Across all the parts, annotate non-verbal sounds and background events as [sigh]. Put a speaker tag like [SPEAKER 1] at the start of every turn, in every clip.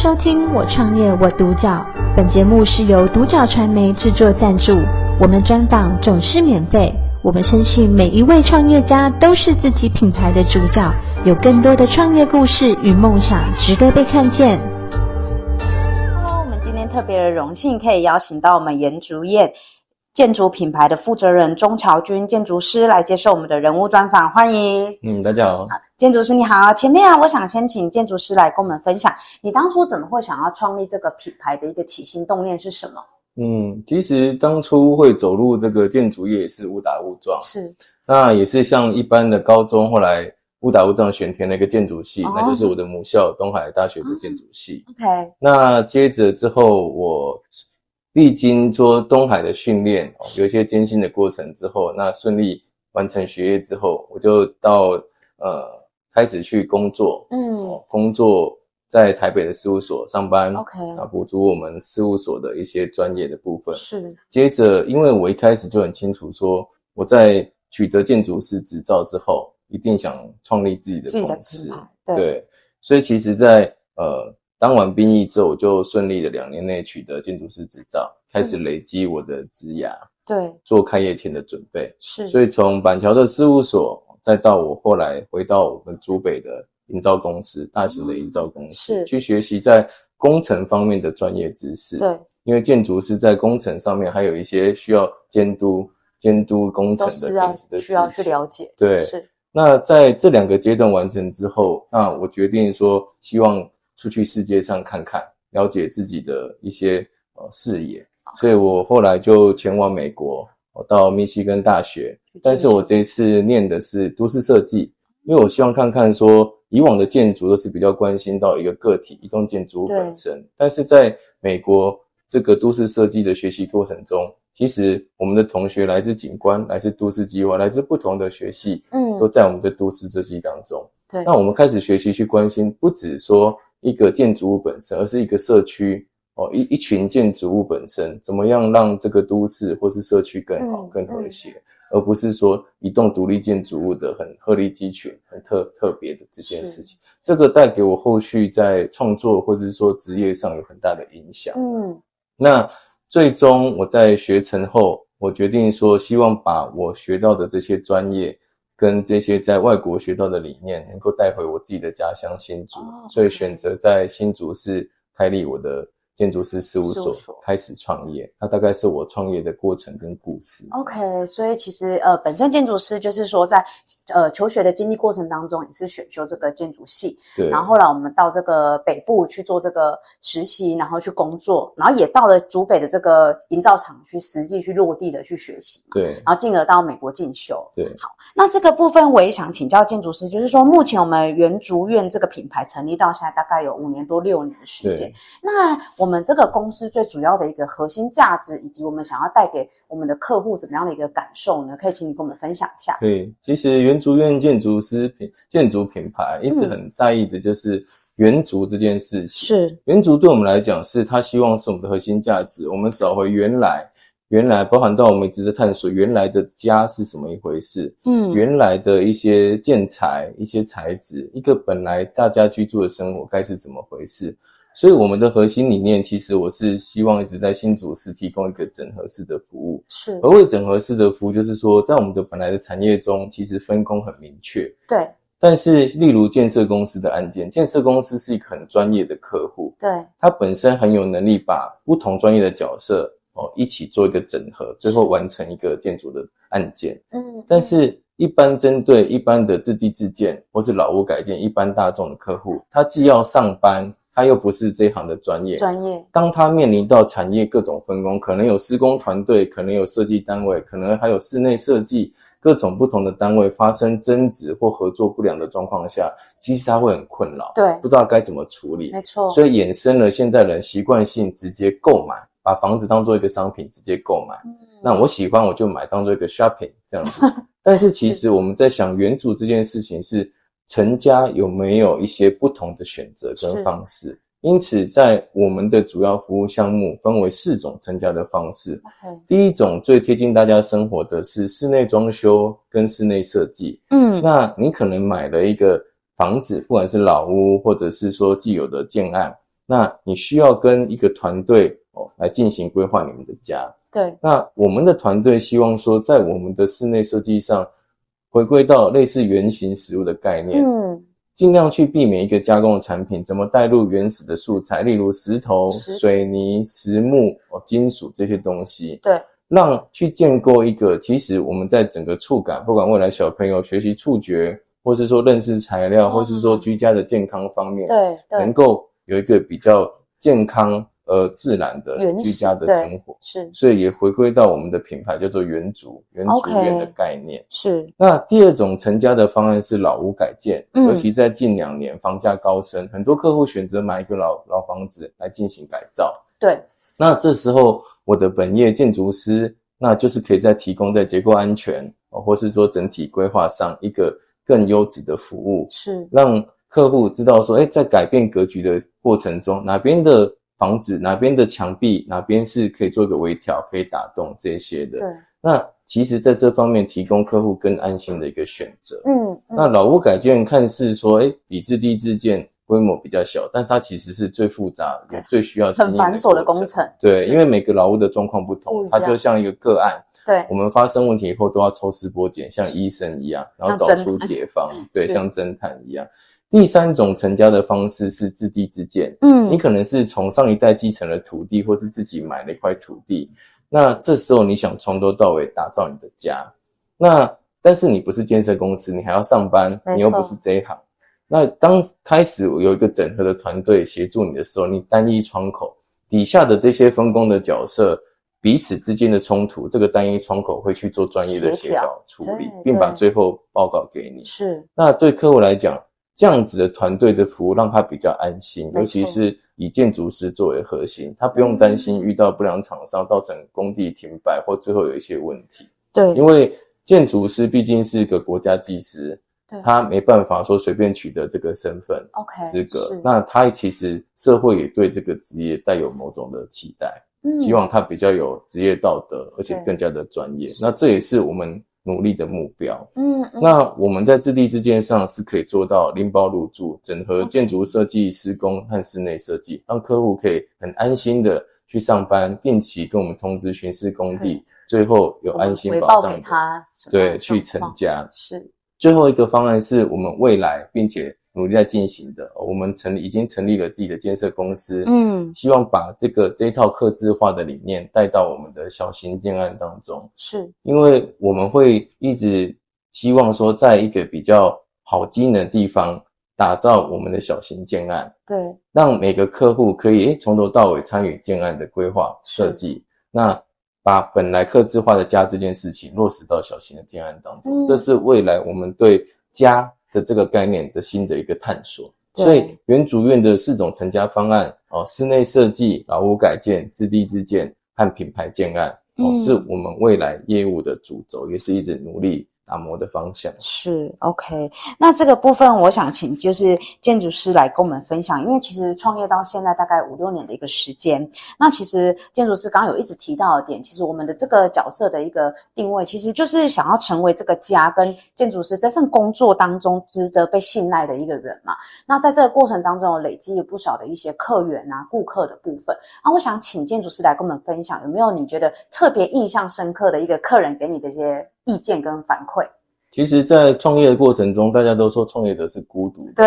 [SPEAKER 1] 收听《我创业我独角》，本节目是由独角传媒制作赞助，我们专访总是免费。我们深信每一位创业家都是自己品牌的主角，有更多的创业故事与梦想值得被看见。
[SPEAKER 2] Hello，我们今天特别的荣幸可以邀请到我们颜竹燕建筑品牌的负责人钟乔军建筑师来接受我们的人物专访，欢迎。
[SPEAKER 3] 嗯，大家好。
[SPEAKER 2] 建筑师你好，前面啊，我想先请建筑师来跟我们分享，你当初怎么会想要创立这个品牌的一个起心动念是什么？
[SPEAKER 3] 嗯，其实当初会走入这个建筑业也是误打误撞，
[SPEAKER 2] 是
[SPEAKER 3] 那也是像一般的高中，后来误打误撞选填了一个建筑系，
[SPEAKER 2] 哦
[SPEAKER 3] 那就是我的母校东海大学的建筑系。
[SPEAKER 2] ，OK，
[SPEAKER 3] 那接着之后，我历经说东海的训练，哦有一些艰辛的过程之后，那顺利完成学业之后，我就到呃开始去工作，
[SPEAKER 2] 嗯哦
[SPEAKER 3] 哦工作在台北的事务所上班。
[SPEAKER 2] ，OK，
[SPEAKER 3] 啊，补足我们事务所的一些专业的部分。
[SPEAKER 2] 是，
[SPEAKER 3] 接着，因为我一开始就很清楚说，我在取得建筑师执照之后，一定想创立自己的
[SPEAKER 2] 自己的
[SPEAKER 3] 公
[SPEAKER 2] 品
[SPEAKER 3] 司。
[SPEAKER 2] 牌，，
[SPEAKER 3] 对，所以其实在，呃当完兵役之后，我就顺利的两年内取得建筑师执照，开始
[SPEAKER 2] 嗯
[SPEAKER 3] 累积我的职涯，
[SPEAKER 2] 对，
[SPEAKER 3] 做开业前的准备。
[SPEAKER 2] 是，
[SPEAKER 3] 所以从板桥的事务所，再到我后来回到我们竹北的营造公司，大型的营造公司，
[SPEAKER 2] 哦是
[SPEAKER 3] 去学习在工程方面的专业知识。
[SPEAKER 2] 对，
[SPEAKER 3] 因为建筑师在工程上面还有一些需要监督、监督工
[SPEAKER 2] 都
[SPEAKER 3] 程的
[SPEAKER 2] 是要
[SPEAKER 3] 品质的
[SPEAKER 2] 需要去
[SPEAKER 3] 事情
[SPEAKER 2] 了解，
[SPEAKER 3] 对，
[SPEAKER 2] 是，
[SPEAKER 3] 那在这两个阶段完成之后，那我决定说，希望出去世界上看看，了解自己的一些呃视野，所以我后来就前往美国，我到密西根大学，但是我这一次念的是都市设计，因为我希望看看说，以往的建筑都是比较关心到一个个体，一栋建筑物本身，但是在美国这个都市设计的学习过程中，其实我们的同学来自景观，来自都市计划，来自不同的学系，
[SPEAKER 2] 嗯
[SPEAKER 3] 都，在我们的都市设计当中。
[SPEAKER 2] 对，
[SPEAKER 3] 那我们开始学习去关心，不只说一个建筑物本身，而是一个社区哦，一一群建筑物本身，怎么样让这个都市或是社区更好、
[SPEAKER 2] 嗯
[SPEAKER 3] 更和谐，而不是说一栋独立建筑物的很鹤立鸡群、很特特别的这件事情。这个带给我后续在创作或者是说职业上有很大的影响。
[SPEAKER 2] 嗯，
[SPEAKER 3] 那最终我在学成后，我决定说，希望把我学到的这些专业跟这些在外国学到的理念，能够带回我自己的家乡新竹，
[SPEAKER 2] 哦
[SPEAKER 3] 所以
[SPEAKER 2] OK
[SPEAKER 3] 选择在新竹市开立我的建筑师事务
[SPEAKER 2] 事务
[SPEAKER 3] 所，
[SPEAKER 2] 所
[SPEAKER 3] 开始创业。那大概是我创业的过程跟故事。
[SPEAKER 2] OK，所以其实呃，本身建筑师就是说在呃求学的经历过程当中，也是选修这个建筑系，
[SPEAKER 3] 对，
[SPEAKER 2] 然后后来我们到这个北部去做这个实习，然后去工作，然后也到了竹北的这个营造厂去实际去落地的去学习，
[SPEAKER 3] 对
[SPEAKER 2] 然后进而到美国进修。
[SPEAKER 3] 对，
[SPEAKER 2] 那这个部分我也想请教建筑师，就是说目前我们圆竹院这个品牌成立到现在大概有五年多六年的时间
[SPEAKER 3] 对，
[SPEAKER 2] 那我们这个公司最主要的一个核心价值，以及我们想要带给我们的客户怎么样的一个感受呢？可以请你跟我们分享一下。
[SPEAKER 3] 对，其实原竹院建筑师品建筑品牌一直
[SPEAKER 2] 嗯
[SPEAKER 3] 很在意的就是原竹这件事情。
[SPEAKER 2] 是，
[SPEAKER 3] 原族对我们来讲，是它希望是我们的核心价值，我们找回原来，原来包含到我们一直在探索原来的家是什么一回事，
[SPEAKER 2] 嗯
[SPEAKER 3] 原来的一些建材、一些材质，一个本来大家居住的生活该是怎么回事。所以我们的核心理念，其实我是希望一直在新竹市提供一个整合式的服务。
[SPEAKER 2] 是
[SPEAKER 3] 而，为整合式的服务，就是说在我们的本来的产业中，其实分工很明确。
[SPEAKER 2] 对
[SPEAKER 3] 但是，例如建设公司的案件，建设公司是一个很专业的客户，
[SPEAKER 2] 对，
[SPEAKER 3] 他本身很有能力把不同专业的角色哦一起做一个整合，最后完成一个建筑的案件。
[SPEAKER 2] 嗯，
[SPEAKER 3] 但是，一般针对一般的自地自建或是老屋改建，一般大众的客户，他既要上班，他又不是这一行的专业。
[SPEAKER 2] 嗯专业，
[SPEAKER 3] 当他面临到产业各种分工，可能有施工团队，可能有设计单位，可能还有室内设计，各种不同的单位发生争执或合作不良的状况下，其实他会很困扰，
[SPEAKER 2] 对
[SPEAKER 3] 不，知道该怎么处理。
[SPEAKER 2] 没错，
[SPEAKER 3] 所以衍生了现在人习惯性直接购买，把房子当做一个商品直接购买。
[SPEAKER 2] 嗯
[SPEAKER 3] 那我喜欢我就买，当做一个 shopping 这
[SPEAKER 2] [laughs]
[SPEAKER 3] 样子。但是其实我们在想原主这件事情是成家有没有一些不同的选择
[SPEAKER 2] 是
[SPEAKER 3] 跟方式。因此，在我们的主要服务项目分为四种成家的方式。
[SPEAKER 2] OK，
[SPEAKER 3] 第一种最贴近大家生活的是室内装修跟室内设计。
[SPEAKER 2] 嗯，
[SPEAKER 3] 那你可能买了一个房子，不管是老屋或者是说既有的建案，那你需要跟一个团队哦来进行规划你们的家。
[SPEAKER 2] 对，
[SPEAKER 3] 那我们的团队希望说，在我们的室内设计上，回归到类似圆形实物的概念，
[SPEAKER 2] 嗯，
[SPEAKER 3] 尽量去避免一个加工的产品怎么带入原始的素材，例如石头、
[SPEAKER 2] 石头
[SPEAKER 3] 水泥、实木、哦金属这些东西，
[SPEAKER 2] 对，
[SPEAKER 3] 让去建构一个，其实我们在整个触感，不管未来小朋友学习触觉，或是说认识材料，
[SPEAKER 2] 嗯
[SPEAKER 3] 或是说居家的健康方面，
[SPEAKER 2] 对，对，
[SPEAKER 3] 能够有一个比较健康呃自然的
[SPEAKER 2] 原始
[SPEAKER 3] 居家的
[SPEAKER 2] 对
[SPEAKER 3] 生活。
[SPEAKER 2] 是
[SPEAKER 3] 所以也回归到我们的品牌叫做原竹原竹
[SPEAKER 2] OK
[SPEAKER 3] 园的概念。
[SPEAKER 2] 是，
[SPEAKER 3] 那第二种成家的方案是老屋改建，
[SPEAKER 2] 嗯
[SPEAKER 3] 尤其在近两年房价高升，很多客户选择买一个老老房子来进行改造。
[SPEAKER 2] 对，
[SPEAKER 3] 那这时候我的本业建筑师，那就是可以在提供在结构安全，哦或是说整体规划上一个更优质的服务，
[SPEAKER 2] 是，
[SPEAKER 3] 让客户知道说，哎，在改变格局的过程中，哪边的房子、哪边的墙壁、哪边是可以做一个微调、可以打动这些
[SPEAKER 2] 对
[SPEAKER 3] 的。，那其实在这方面提供客户更安心的一个选择。
[SPEAKER 2] 嗯，嗯
[SPEAKER 3] 那老屋改建看似说，哎，比自地自建规模比较小，但它其实是最复杂、也最需要经
[SPEAKER 2] 很
[SPEAKER 3] 验
[SPEAKER 2] 繁琐的
[SPEAKER 3] 过程
[SPEAKER 2] 工。程，
[SPEAKER 3] 对，
[SPEAKER 2] 是
[SPEAKER 3] 因为每个劳务的状况不
[SPEAKER 2] 不
[SPEAKER 3] 同
[SPEAKER 2] 一，
[SPEAKER 3] 它
[SPEAKER 2] 样
[SPEAKER 3] 就像一个个案，
[SPEAKER 2] 对
[SPEAKER 3] 我们发生问题以后都要抽丝剥茧，像医生一样，然后
[SPEAKER 2] 像
[SPEAKER 3] 找
[SPEAKER 2] 侦
[SPEAKER 3] 出
[SPEAKER 2] 探
[SPEAKER 3] 解
[SPEAKER 2] [laughs]
[SPEAKER 3] 方，对，
[SPEAKER 2] 是
[SPEAKER 3] 像侦探一样。第三种成家的方式是自地自建，
[SPEAKER 2] 嗯
[SPEAKER 3] 你可能是从上一代继承了土地，或是自己买了一块土地，那这时候你想从头到尾打造你的家，那但是你不是建设公司，你还要上班
[SPEAKER 2] 没，错
[SPEAKER 3] 你又不是这一行。那当开始有一个整合的团队协助你的时候，你单一窗口底下的这些分工的角色彼此之间的冲突，这个单一窗口会去做专业的
[SPEAKER 2] 协
[SPEAKER 3] 协
[SPEAKER 2] 调
[SPEAKER 3] 调处理
[SPEAKER 2] 对，
[SPEAKER 3] 并把
[SPEAKER 2] 对
[SPEAKER 3] 最后报告给你。
[SPEAKER 2] 是，
[SPEAKER 3] 那对客户来讲，这样子的团队的服务让他比较安心，
[SPEAKER 2] 没错嗯
[SPEAKER 3] 尤其是以建筑师作为核心，他不用担心遇到不良厂商造成工地停摆或最后有一些问题，
[SPEAKER 2] 对，
[SPEAKER 3] 因为建筑师毕竟是个国家技师
[SPEAKER 2] 对，
[SPEAKER 3] 他没办法说随便取得这个身份
[SPEAKER 2] OK
[SPEAKER 3] 资格
[SPEAKER 2] 哎是，
[SPEAKER 3] 那他其实社会也对这个职业带有某种的期待，
[SPEAKER 2] 嗯
[SPEAKER 3] 希望他比较有职业道德，而且
[SPEAKER 2] 对
[SPEAKER 3] 更加的专业，那这也是我们努力的目标。
[SPEAKER 2] 嗯嗯
[SPEAKER 3] 那我们在自地自建上是可以做到拎包入住，整合
[SPEAKER 2] 嗯
[SPEAKER 3] 建筑设计、施工和室内设计，让客户可以很安心的去上班，定期跟我们通知巡视工
[SPEAKER 2] 嗯
[SPEAKER 3] 地，最后有
[SPEAKER 2] 我们
[SPEAKER 3] 安心
[SPEAKER 2] 回
[SPEAKER 3] 保
[SPEAKER 2] 报
[SPEAKER 3] 障
[SPEAKER 2] 给
[SPEAKER 3] 的
[SPEAKER 2] 他什么样的
[SPEAKER 3] 对去
[SPEAKER 2] 状
[SPEAKER 3] 成
[SPEAKER 2] 况
[SPEAKER 3] 家。
[SPEAKER 2] 是
[SPEAKER 3] 最后一个方案是我们未来并且努力在进行的，哦我们成立已经成立了自己的建设公司，
[SPEAKER 2] 嗯
[SPEAKER 3] 希望把这个这一套客制化的理念带到我们的小型建案当中。
[SPEAKER 2] 是
[SPEAKER 3] 因为我们会一直希望说，在一个比较好机能的地方打造我们的小型建案，
[SPEAKER 2] 对
[SPEAKER 3] 让每个客户可以诶从头到尾参与建案的规划
[SPEAKER 2] 是
[SPEAKER 3] 设计。那把本来客制化的家这件事情落实到小型的建案当中，
[SPEAKER 2] 嗯
[SPEAKER 3] 这是未来我们对家的这个概念的新的一个探索。
[SPEAKER 2] 对
[SPEAKER 3] 所以原竹院的四种成家方案哦，室内设计、老屋改建、自地自建和品牌建案哦，
[SPEAKER 2] 嗯
[SPEAKER 3] 是我们未来业务的主轴，也是一直努力打磨的方向。
[SPEAKER 2] 是 OK。那这个部分，我想请就是建筑师来跟我们分享，因为其实创业到现在大概五六年的一个时间，那其实建筑师刚刚有一直提到的点，其实我们的这个角色的一个定位，其实就是想要成为这个家跟建筑师这份工作当中值得被信赖的一个人嘛。那在这个过程当中，累积了不少的一些客源啊、顾客的部分。啊，我想请建筑师来跟我们分享，有没有你觉得特别印象深刻的一个客人给你的一些意见跟反馈？
[SPEAKER 3] 其实，在创业的过程中，大家都说创业者是孤独的。
[SPEAKER 2] 对，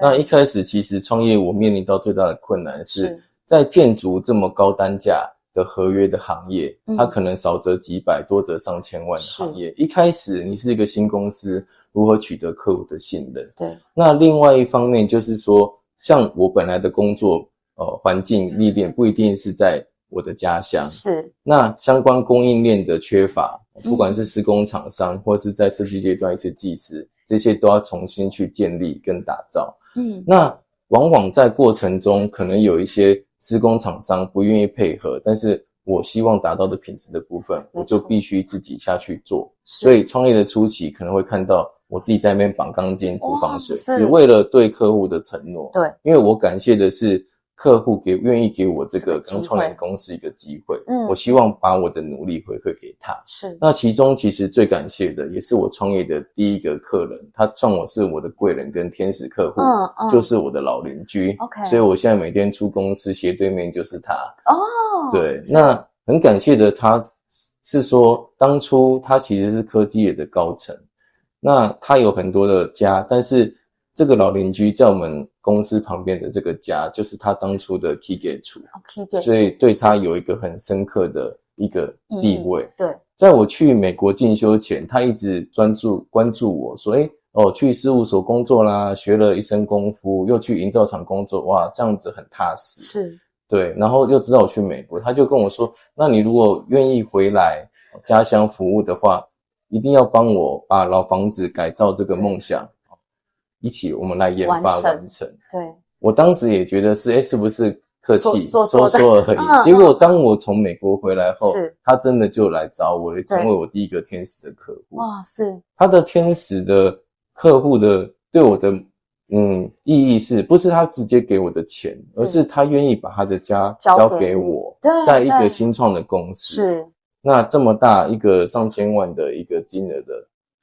[SPEAKER 3] 那
[SPEAKER 2] 对
[SPEAKER 3] 一开始，其实创业我面临到最大的困难是
[SPEAKER 2] 是
[SPEAKER 3] 在建筑这么高单价的合约的行业
[SPEAKER 2] 嗯，
[SPEAKER 3] 它可能少则几百，多则上千万的
[SPEAKER 2] 是
[SPEAKER 3] 行业。一开始你是一个新公司，如何取得客户的信任？
[SPEAKER 2] 对，
[SPEAKER 3] 那另外一方面就是说，像我本来的工作呃环境历
[SPEAKER 2] 嗯
[SPEAKER 3] 练不一定是在我的家乡，
[SPEAKER 2] 是，
[SPEAKER 3] 那相关供应链的缺乏，
[SPEAKER 2] 嗯
[SPEAKER 3] 不管是施工厂商或是在设计阶段一些技师，这些都要重新去建立跟打造。
[SPEAKER 2] 嗯，
[SPEAKER 3] 那往往在过程中，可能有一些施工厂商不愿意配合，但是我希望达到的品质的部分，
[SPEAKER 2] 没
[SPEAKER 3] 我就
[SPEAKER 2] 错
[SPEAKER 3] 必须自己下去做。
[SPEAKER 2] 是
[SPEAKER 3] 所以创业的初期可能会看到我自己在那边绑钢筋、涂防水，
[SPEAKER 2] 哇是
[SPEAKER 3] 只为了对客户的承诺。
[SPEAKER 2] 对，
[SPEAKER 3] 因为我感谢的是客户给愿意给我这个
[SPEAKER 2] 这个机会
[SPEAKER 3] 刚创业公司一个机会，
[SPEAKER 2] 嗯
[SPEAKER 3] 我希望把我的努力回馈给他。
[SPEAKER 2] 是
[SPEAKER 3] 那其中其实最感谢的，也是我创业的第一个客人，他算我是我的贵人跟天使客户，
[SPEAKER 2] 嗯嗯
[SPEAKER 3] 就是我的老邻居。
[SPEAKER 2] OK
[SPEAKER 3] 所以我现在每天出公司斜对面就是他。
[SPEAKER 2] 哦，
[SPEAKER 3] 对，那很感谢的他是说，当初他其实是科技业的高层，那他有很多的家，但是这个老邻居在我们公司旁边的这个家，就是他当初的 key gate 处，
[SPEAKER 2] ，OK，对，
[SPEAKER 3] 所以对他有一个很深刻的一个
[SPEAKER 2] 意
[SPEAKER 3] 地
[SPEAKER 2] 义
[SPEAKER 3] 位。
[SPEAKER 2] 对，
[SPEAKER 3] 在我去美国进修前，他一直专注关注我，说，哎，哦，去事务所工作啦，学了一身功夫，又去营造厂工作，哇，这样子很踏实。
[SPEAKER 2] 是
[SPEAKER 3] 对，然后又知道我去美国，他就跟我说，那你如果愿意回来家乡服务的话，一定要帮我把老房子改造这个梦想，一起我们来研
[SPEAKER 2] 完
[SPEAKER 3] 发
[SPEAKER 2] 成
[SPEAKER 3] 完成。
[SPEAKER 2] 对，
[SPEAKER 3] 我当时也觉得是，哎，是不是客气
[SPEAKER 2] 说
[SPEAKER 3] 说
[SPEAKER 2] 说说的
[SPEAKER 3] 说而已？
[SPEAKER 2] [laughs] 嗯
[SPEAKER 3] 结果当我从美国回来后
[SPEAKER 2] 是，
[SPEAKER 3] 他真的就来找我，也成
[SPEAKER 2] 对
[SPEAKER 3] 为我第一个天使的客户。
[SPEAKER 2] 哇，是
[SPEAKER 3] 他的天使的客户的对我的嗯意义是不是他直接给我的钱，而是他愿意把他的家
[SPEAKER 2] 交
[SPEAKER 3] 交
[SPEAKER 2] 给
[SPEAKER 3] 给
[SPEAKER 2] 你
[SPEAKER 3] 我
[SPEAKER 2] 对，
[SPEAKER 3] 在一个
[SPEAKER 2] 对
[SPEAKER 3] 新创的公司。
[SPEAKER 2] 是，
[SPEAKER 3] 那这么大一个上千万的一个金额的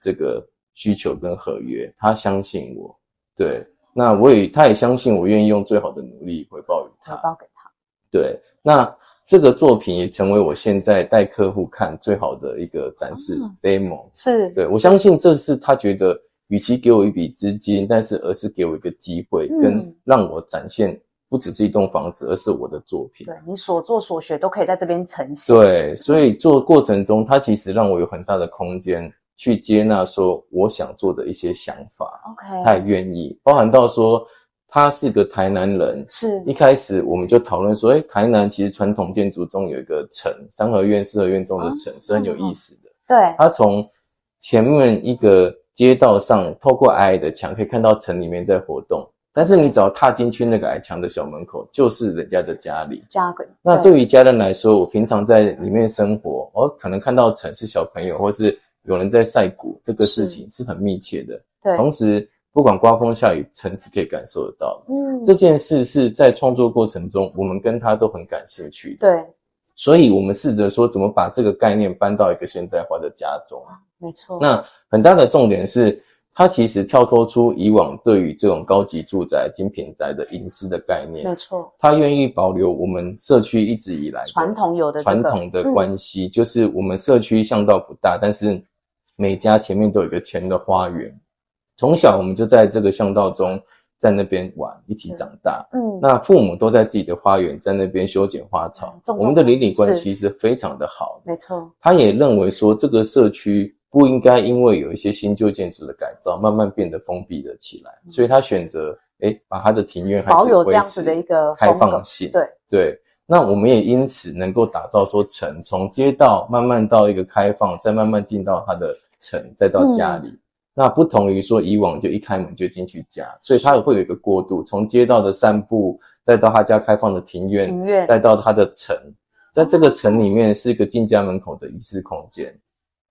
[SPEAKER 3] 这个需求跟合约，他相信我，对，那我也他也相信我愿意用最好的努力回报于
[SPEAKER 2] 回
[SPEAKER 3] 他，
[SPEAKER 2] 报给他，
[SPEAKER 3] 对，那这个作品也成为我现在带客户看最好的一个展示
[SPEAKER 2] 哦
[SPEAKER 3] demo，、
[SPEAKER 2] 是，
[SPEAKER 3] 对，我
[SPEAKER 2] 是
[SPEAKER 3] 相信这是他觉得，与其给我一笔资金，但是而是给我一个机会，
[SPEAKER 2] 嗯
[SPEAKER 3] 跟让我展现不只是一栋房子，而是我的作品。
[SPEAKER 2] 对你所做所学都可以在这边呈现，
[SPEAKER 3] 对，所以做过程中，他其实让我有很大的空间去接纳说我想做的一些想法，
[SPEAKER 2] ，OK，
[SPEAKER 3] 他也愿意，包含到说他是个台南人。
[SPEAKER 2] 是
[SPEAKER 3] 一开始我们就讨论说，哎，台南其实传统建筑中有一个城，三合院、四合院中的城、是很有意思的。
[SPEAKER 2] 对，
[SPEAKER 3] 他从前面一个街道上，透过矮矮的墙可以看到城里面在活动，但是你只要踏进去那个矮墙的小门口，就是人家的家里。
[SPEAKER 2] 加个
[SPEAKER 3] 那对于家人来说，我平常在里面生活，我可能看到城市小朋友或是有人在晒谷，这个事情是很密切的。
[SPEAKER 2] 对，
[SPEAKER 3] 同时，不管刮风下雨，城市可以感受得到。
[SPEAKER 2] 嗯，
[SPEAKER 3] 这件事是在创作过程中，我们跟他都很感兴趣的，
[SPEAKER 2] 对，
[SPEAKER 3] 所以我们试着说怎么把这个概念搬到一个现代化的家中。
[SPEAKER 2] 没错，
[SPEAKER 3] 那很大的重点是，它其实跳脱出以往对于这种高级住宅、精品宅的隐私的概
[SPEAKER 2] 没
[SPEAKER 3] 念，
[SPEAKER 2] 错，
[SPEAKER 3] 它愿意保留我们社区一直以来的
[SPEAKER 2] 传统有的嗯这
[SPEAKER 3] 传
[SPEAKER 2] 个
[SPEAKER 3] 统的关系，就是我们社区巷道不大，但是每家前面都有一个前的花园，从小我们就在这个巷道中在那边玩，一起长大。
[SPEAKER 2] 嗯，
[SPEAKER 3] 那父母都在自己的花园，在那边修剪花草
[SPEAKER 2] 嗯，种
[SPEAKER 3] 我们的
[SPEAKER 2] 种
[SPEAKER 3] 邻里关
[SPEAKER 2] 是
[SPEAKER 3] 系是非常的好的。
[SPEAKER 2] 没错，
[SPEAKER 3] 他也认为说，这个社区不应该因为有一些新旧建筑的改造，慢慢变得封闭了起来，所以他选择诶把他的庭院还
[SPEAKER 2] 嗯保
[SPEAKER 3] 是
[SPEAKER 2] 有这
[SPEAKER 3] 维
[SPEAKER 2] 样子
[SPEAKER 3] 持
[SPEAKER 2] 的一个
[SPEAKER 3] 开
[SPEAKER 2] 风格
[SPEAKER 3] 放，性，
[SPEAKER 2] 对，
[SPEAKER 3] 对。那我们也因此能够打造说城，从街道慢慢到一个开放，再慢慢进到他的城，再到家
[SPEAKER 2] 嗯
[SPEAKER 3] 里。那不同于说以往就一开门就进去家，所以它会有一个过渡，从街道的散步，再到他家开放的庭院，
[SPEAKER 2] 庭院
[SPEAKER 3] 再到它的城，在这个城里面是一个进家门口的仪式空间，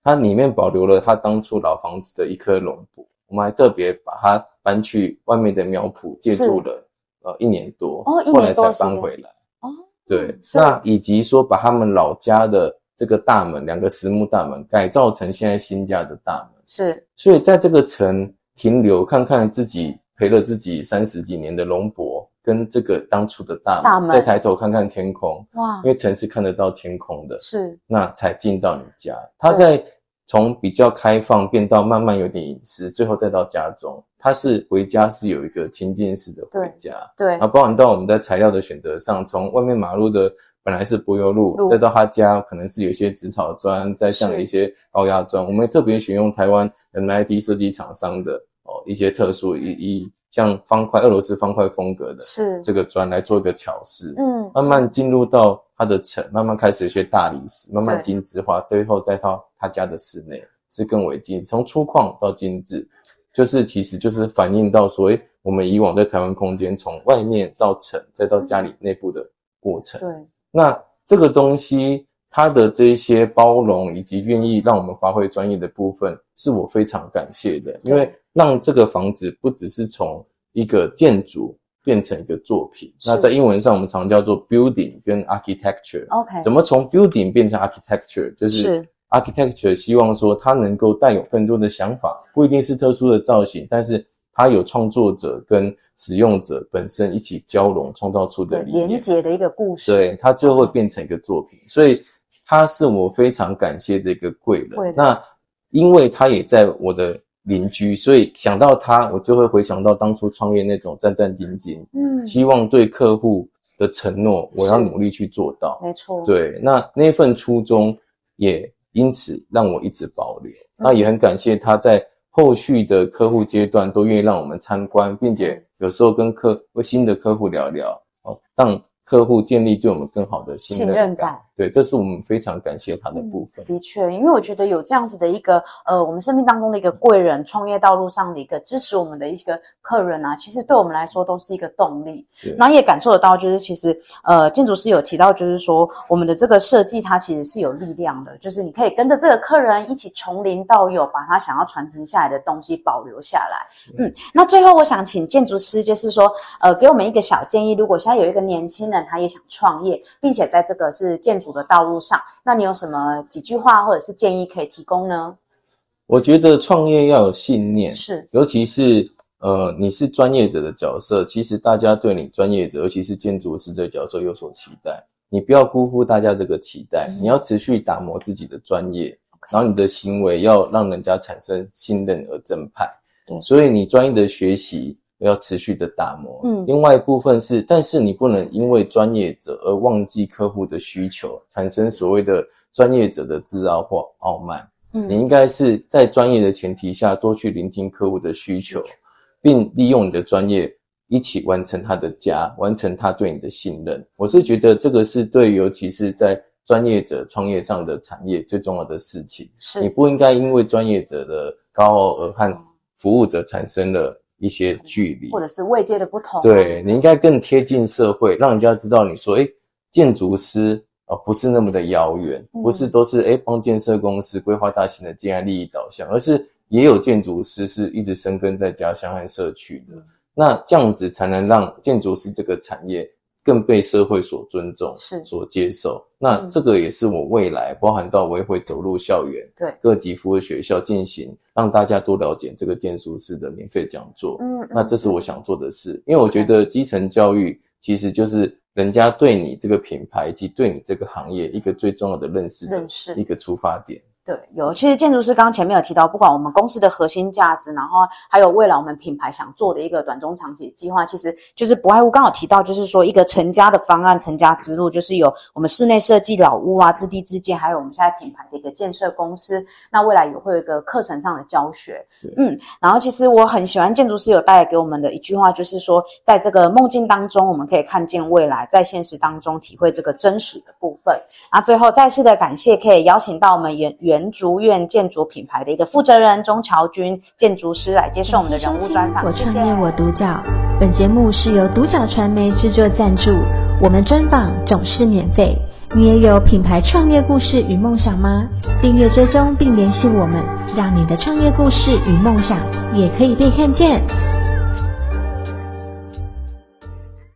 [SPEAKER 3] 它里面保留了它当初老房子的一棵龙柏，我们还特别把它搬去外面的苗圃借住了，呃，一年多，
[SPEAKER 2] 哦一年多
[SPEAKER 3] 后来才
[SPEAKER 2] 的时间
[SPEAKER 3] 搬回来。
[SPEAKER 2] 哦，
[SPEAKER 3] 对，
[SPEAKER 2] 是
[SPEAKER 3] 那以及说把他们老家的这个大门，两个实木大门改造成现在新家的大门。
[SPEAKER 2] 是
[SPEAKER 3] 所以在这个城停留，看看自己陪了自己三十几年的龙柏，跟这个当初的大门，
[SPEAKER 2] 大门啊
[SPEAKER 3] 再抬头看看天空，
[SPEAKER 2] 哇
[SPEAKER 3] 因，为城是看得到天空的，
[SPEAKER 2] 是
[SPEAKER 3] 那才进到你家。它在从比较开放变到慢慢有点隐私，最后再到家中，它是回家是有一个情境式的回家。
[SPEAKER 2] 对
[SPEAKER 3] 然后包含到我们在材料的选择上，从外面马路的本来是柏油
[SPEAKER 2] 路
[SPEAKER 3] 路，再到他家可能是有一些紫草砖，再像
[SPEAKER 2] 是
[SPEAKER 3] 有一些高压砖，我们也特别选用台湾 MIT 设计厂商的哦一些特殊一一像方块俄罗斯方块风格的
[SPEAKER 2] 是，
[SPEAKER 3] 这个砖来做一个巧思，
[SPEAKER 2] 嗯，
[SPEAKER 3] 慢慢进入到它的城，慢慢开始有些大理石，慢慢
[SPEAKER 2] 对
[SPEAKER 3] 精致化，最后再到他家的室内是更为精致，从粗犷到精致，就是其实就是反映到说，诶，我们以往在台湾空间从外面到城，再到家里内部的过程。
[SPEAKER 2] 对，
[SPEAKER 3] 那这个东西它的这些包容以及愿意让我们发挥专业的部分，是我非常感谢的，因为让这个房子不只是从一个建筑变成一个作品。
[SPEAKER 2] 是
[SPEAKER 3] 那在英文上我们常叫做 building 跟 architecture。
[SPEAKER 2] OK，
[SPEAKER 3] 怎么从 building 变成 architecture？就是
[SPEAKER 2] 是
[SPEAKER 3] architecture 希望说它能够带有更多的想法，不一定是特殊的造型，但是它有创作者跟使用者本身一起交融创造出的
[SPEAKER 2] 对
[SPEAKER 3] 理
[SPEAKER 2] 连
[SPEAKER 3] 念，
[SPEAKER 2] 接的一个故事，
[SPEAKER 3] 对，它就会变成一个作品。所以他是我非常感谢的一个贵人。
[SPEAKER 2] 贵人
[SPEAKER 3] 那因为他也在我的邻居，所以想到他，我就会回想到当初创业那种战战兢兢，
[SPEAKER 2] 嗯，
[SPEAKER 3] 希望对客户的承诺，我要
[SPEAKER 2] 是
[SPEAKER 3] 努力去做到。
[SPEAKER 2] 没错，，
[SPEAKER 3] 对，那那份初衷也因此让我一直保留。那
[SPEAKER 2] 嗯
[SPEAKER 3] 也很感谢他在后续的客户阶段都愿意让我们参观，并且有时候跟客和新的客户聊聊，哦，让客户建立对我们更好的信
[SPEAKER 2] 信
[SPEAKER 3] 任
[SPEAKER 2] 任感嗯
[SPEAKER 3] 对，这是我们非常感谢他的部分。
[SPEAKER 2] 的确，因为我觉得有这样子的一个呃，我们生命当中的一个贵人，创业道路上的一个支持我们的一个客人啊，其实对我们来说都是一个动力
[SPEAKER 3] 对。
[SPEAKER 2] 然后也感受得到，就是其实呃，建筑师有提到，就是说我们的这个设计它其实是有力量的，就是你可以跟着这个客人一起从零到有，把他想要传承下来的东西保留下来。嗯，那最后我想请建筑师，就是说呃，给我们一个小建议，如果现在有一个年轻人他也想创业，并且在这个是建筑的道路上，那你有什么几句话或者是建议可以提供呢？
[SPEAKER 3] 我觉得创业要有信念，
[SPEAKER 2] 是
[SPEAKER 3] 尤其是呃你是专业者的角色，其实大家对你专业者，尤其是建筑师这个角色有所期待，你不要辜负大家这个期待，
[SPEAKER 2] 嗯
[SPEAKER 3] 你要持续打磨自己的专业，
[SPEAKER 2] OK
[SPEAKER 3] 然后你的行为要让人家产生信任而正派
[SPEAKER 2] 对，
[SPEAKER 3] 所以你专业的学习要持续的打磨。
[SPEAKER 2] 嗯
[SPEAKER 3] 另外一部分是，但是你不能因为专业者而忘记客户的需求，产生所谓的专业者的自傲或傲慢。你
[SPEAKER 2] 嗯，
[SPEAKER 3] 应该是在专业的前提下，多去聆听客户的需求，并利用你的专业一起完成他的家，完成他对你的信任。我是觉得这个是对，尤其是在专业者创业上的产业最重要的事情。你
[SPEAKER 2] 是
[SPEAKER 3] 不应该因为专业者的高傲而和服务者产生了一些距离，
[SPEAKER 2] 或者是位阶的不同啊、
[SPEAKER 3] 对你应该更贴近社会，让人家知道你说，哎，建筑师啊、呃不是那么的遥远，
[SPEAKER 2] 嗯
[SPEAKER 3] 不是都是哎帮建设公司规划大型的建案利益导向，而是也有建筑师是一直深耕在家乡和社区
[SPEAKER 2] 嗯
[SPEAKER 3] 的。那这样子才能让建筑师这个产业更被社会所尊重、
[SPEAKER 2] 是
[SPEAKER 3] 所接受。那
[SPEAKER 2] 嗯
[SPEAKER 3] 这个也是我未来包含到我也会走入校园，
[SPEAKER 2] 对
[SPEAKER 3] 各级服务学校进行，让大家多了解这个建筑师的免费讲座。
[SPEAKER 2] 嗯，嗯
[SPEAKER 3] 那这是我想做的事，因为我觉得基层教育其实就是人家对你这个品牌以及对你这个行业一个最重要的认识的
[SPEAKER 2] 认识
[SPEAKER 3] 一个出发点。
[SPEAKER 2] 对，有。其实建筑师刚刚前面有提到，不管我们公司的核心价值，然后还有未来我们品牌想做的一个短中长期计划，其实就是不外乎刚好提到，就是说一个成家的方案、成家之路，就是有我们室内设计老屋啊、置地自建，还有我们现在品牌的一个建设公司。那未来也会有一个课程上的教学
[SPEAKER 3] 对，
[SPEAKER 2] 嗯。然后其实我很喜欢建筑师有带来给我们的一句话，就是说在这个梦境当中，我们可以看见未来，在现实当中体会这个真实的部分。那最后再次的感谢，可以邀请到我们原原竹院建筑品牌的一个负责人钟乔军建筑师来接受我们的人物专访，
[SPEAKER 1] 我
[SPEAKER 2] 谢
[SPEAKER 1] 创
[SPEAKER 2] 谢。
[SPEAKER 1] 业我独角。本节目是由独角传媒制作赞助，我们专访总是免费。你也有品牌创业故事与梦想吗？订阅追踪并联系我们，让你的创业故事与梦想也可以被看见。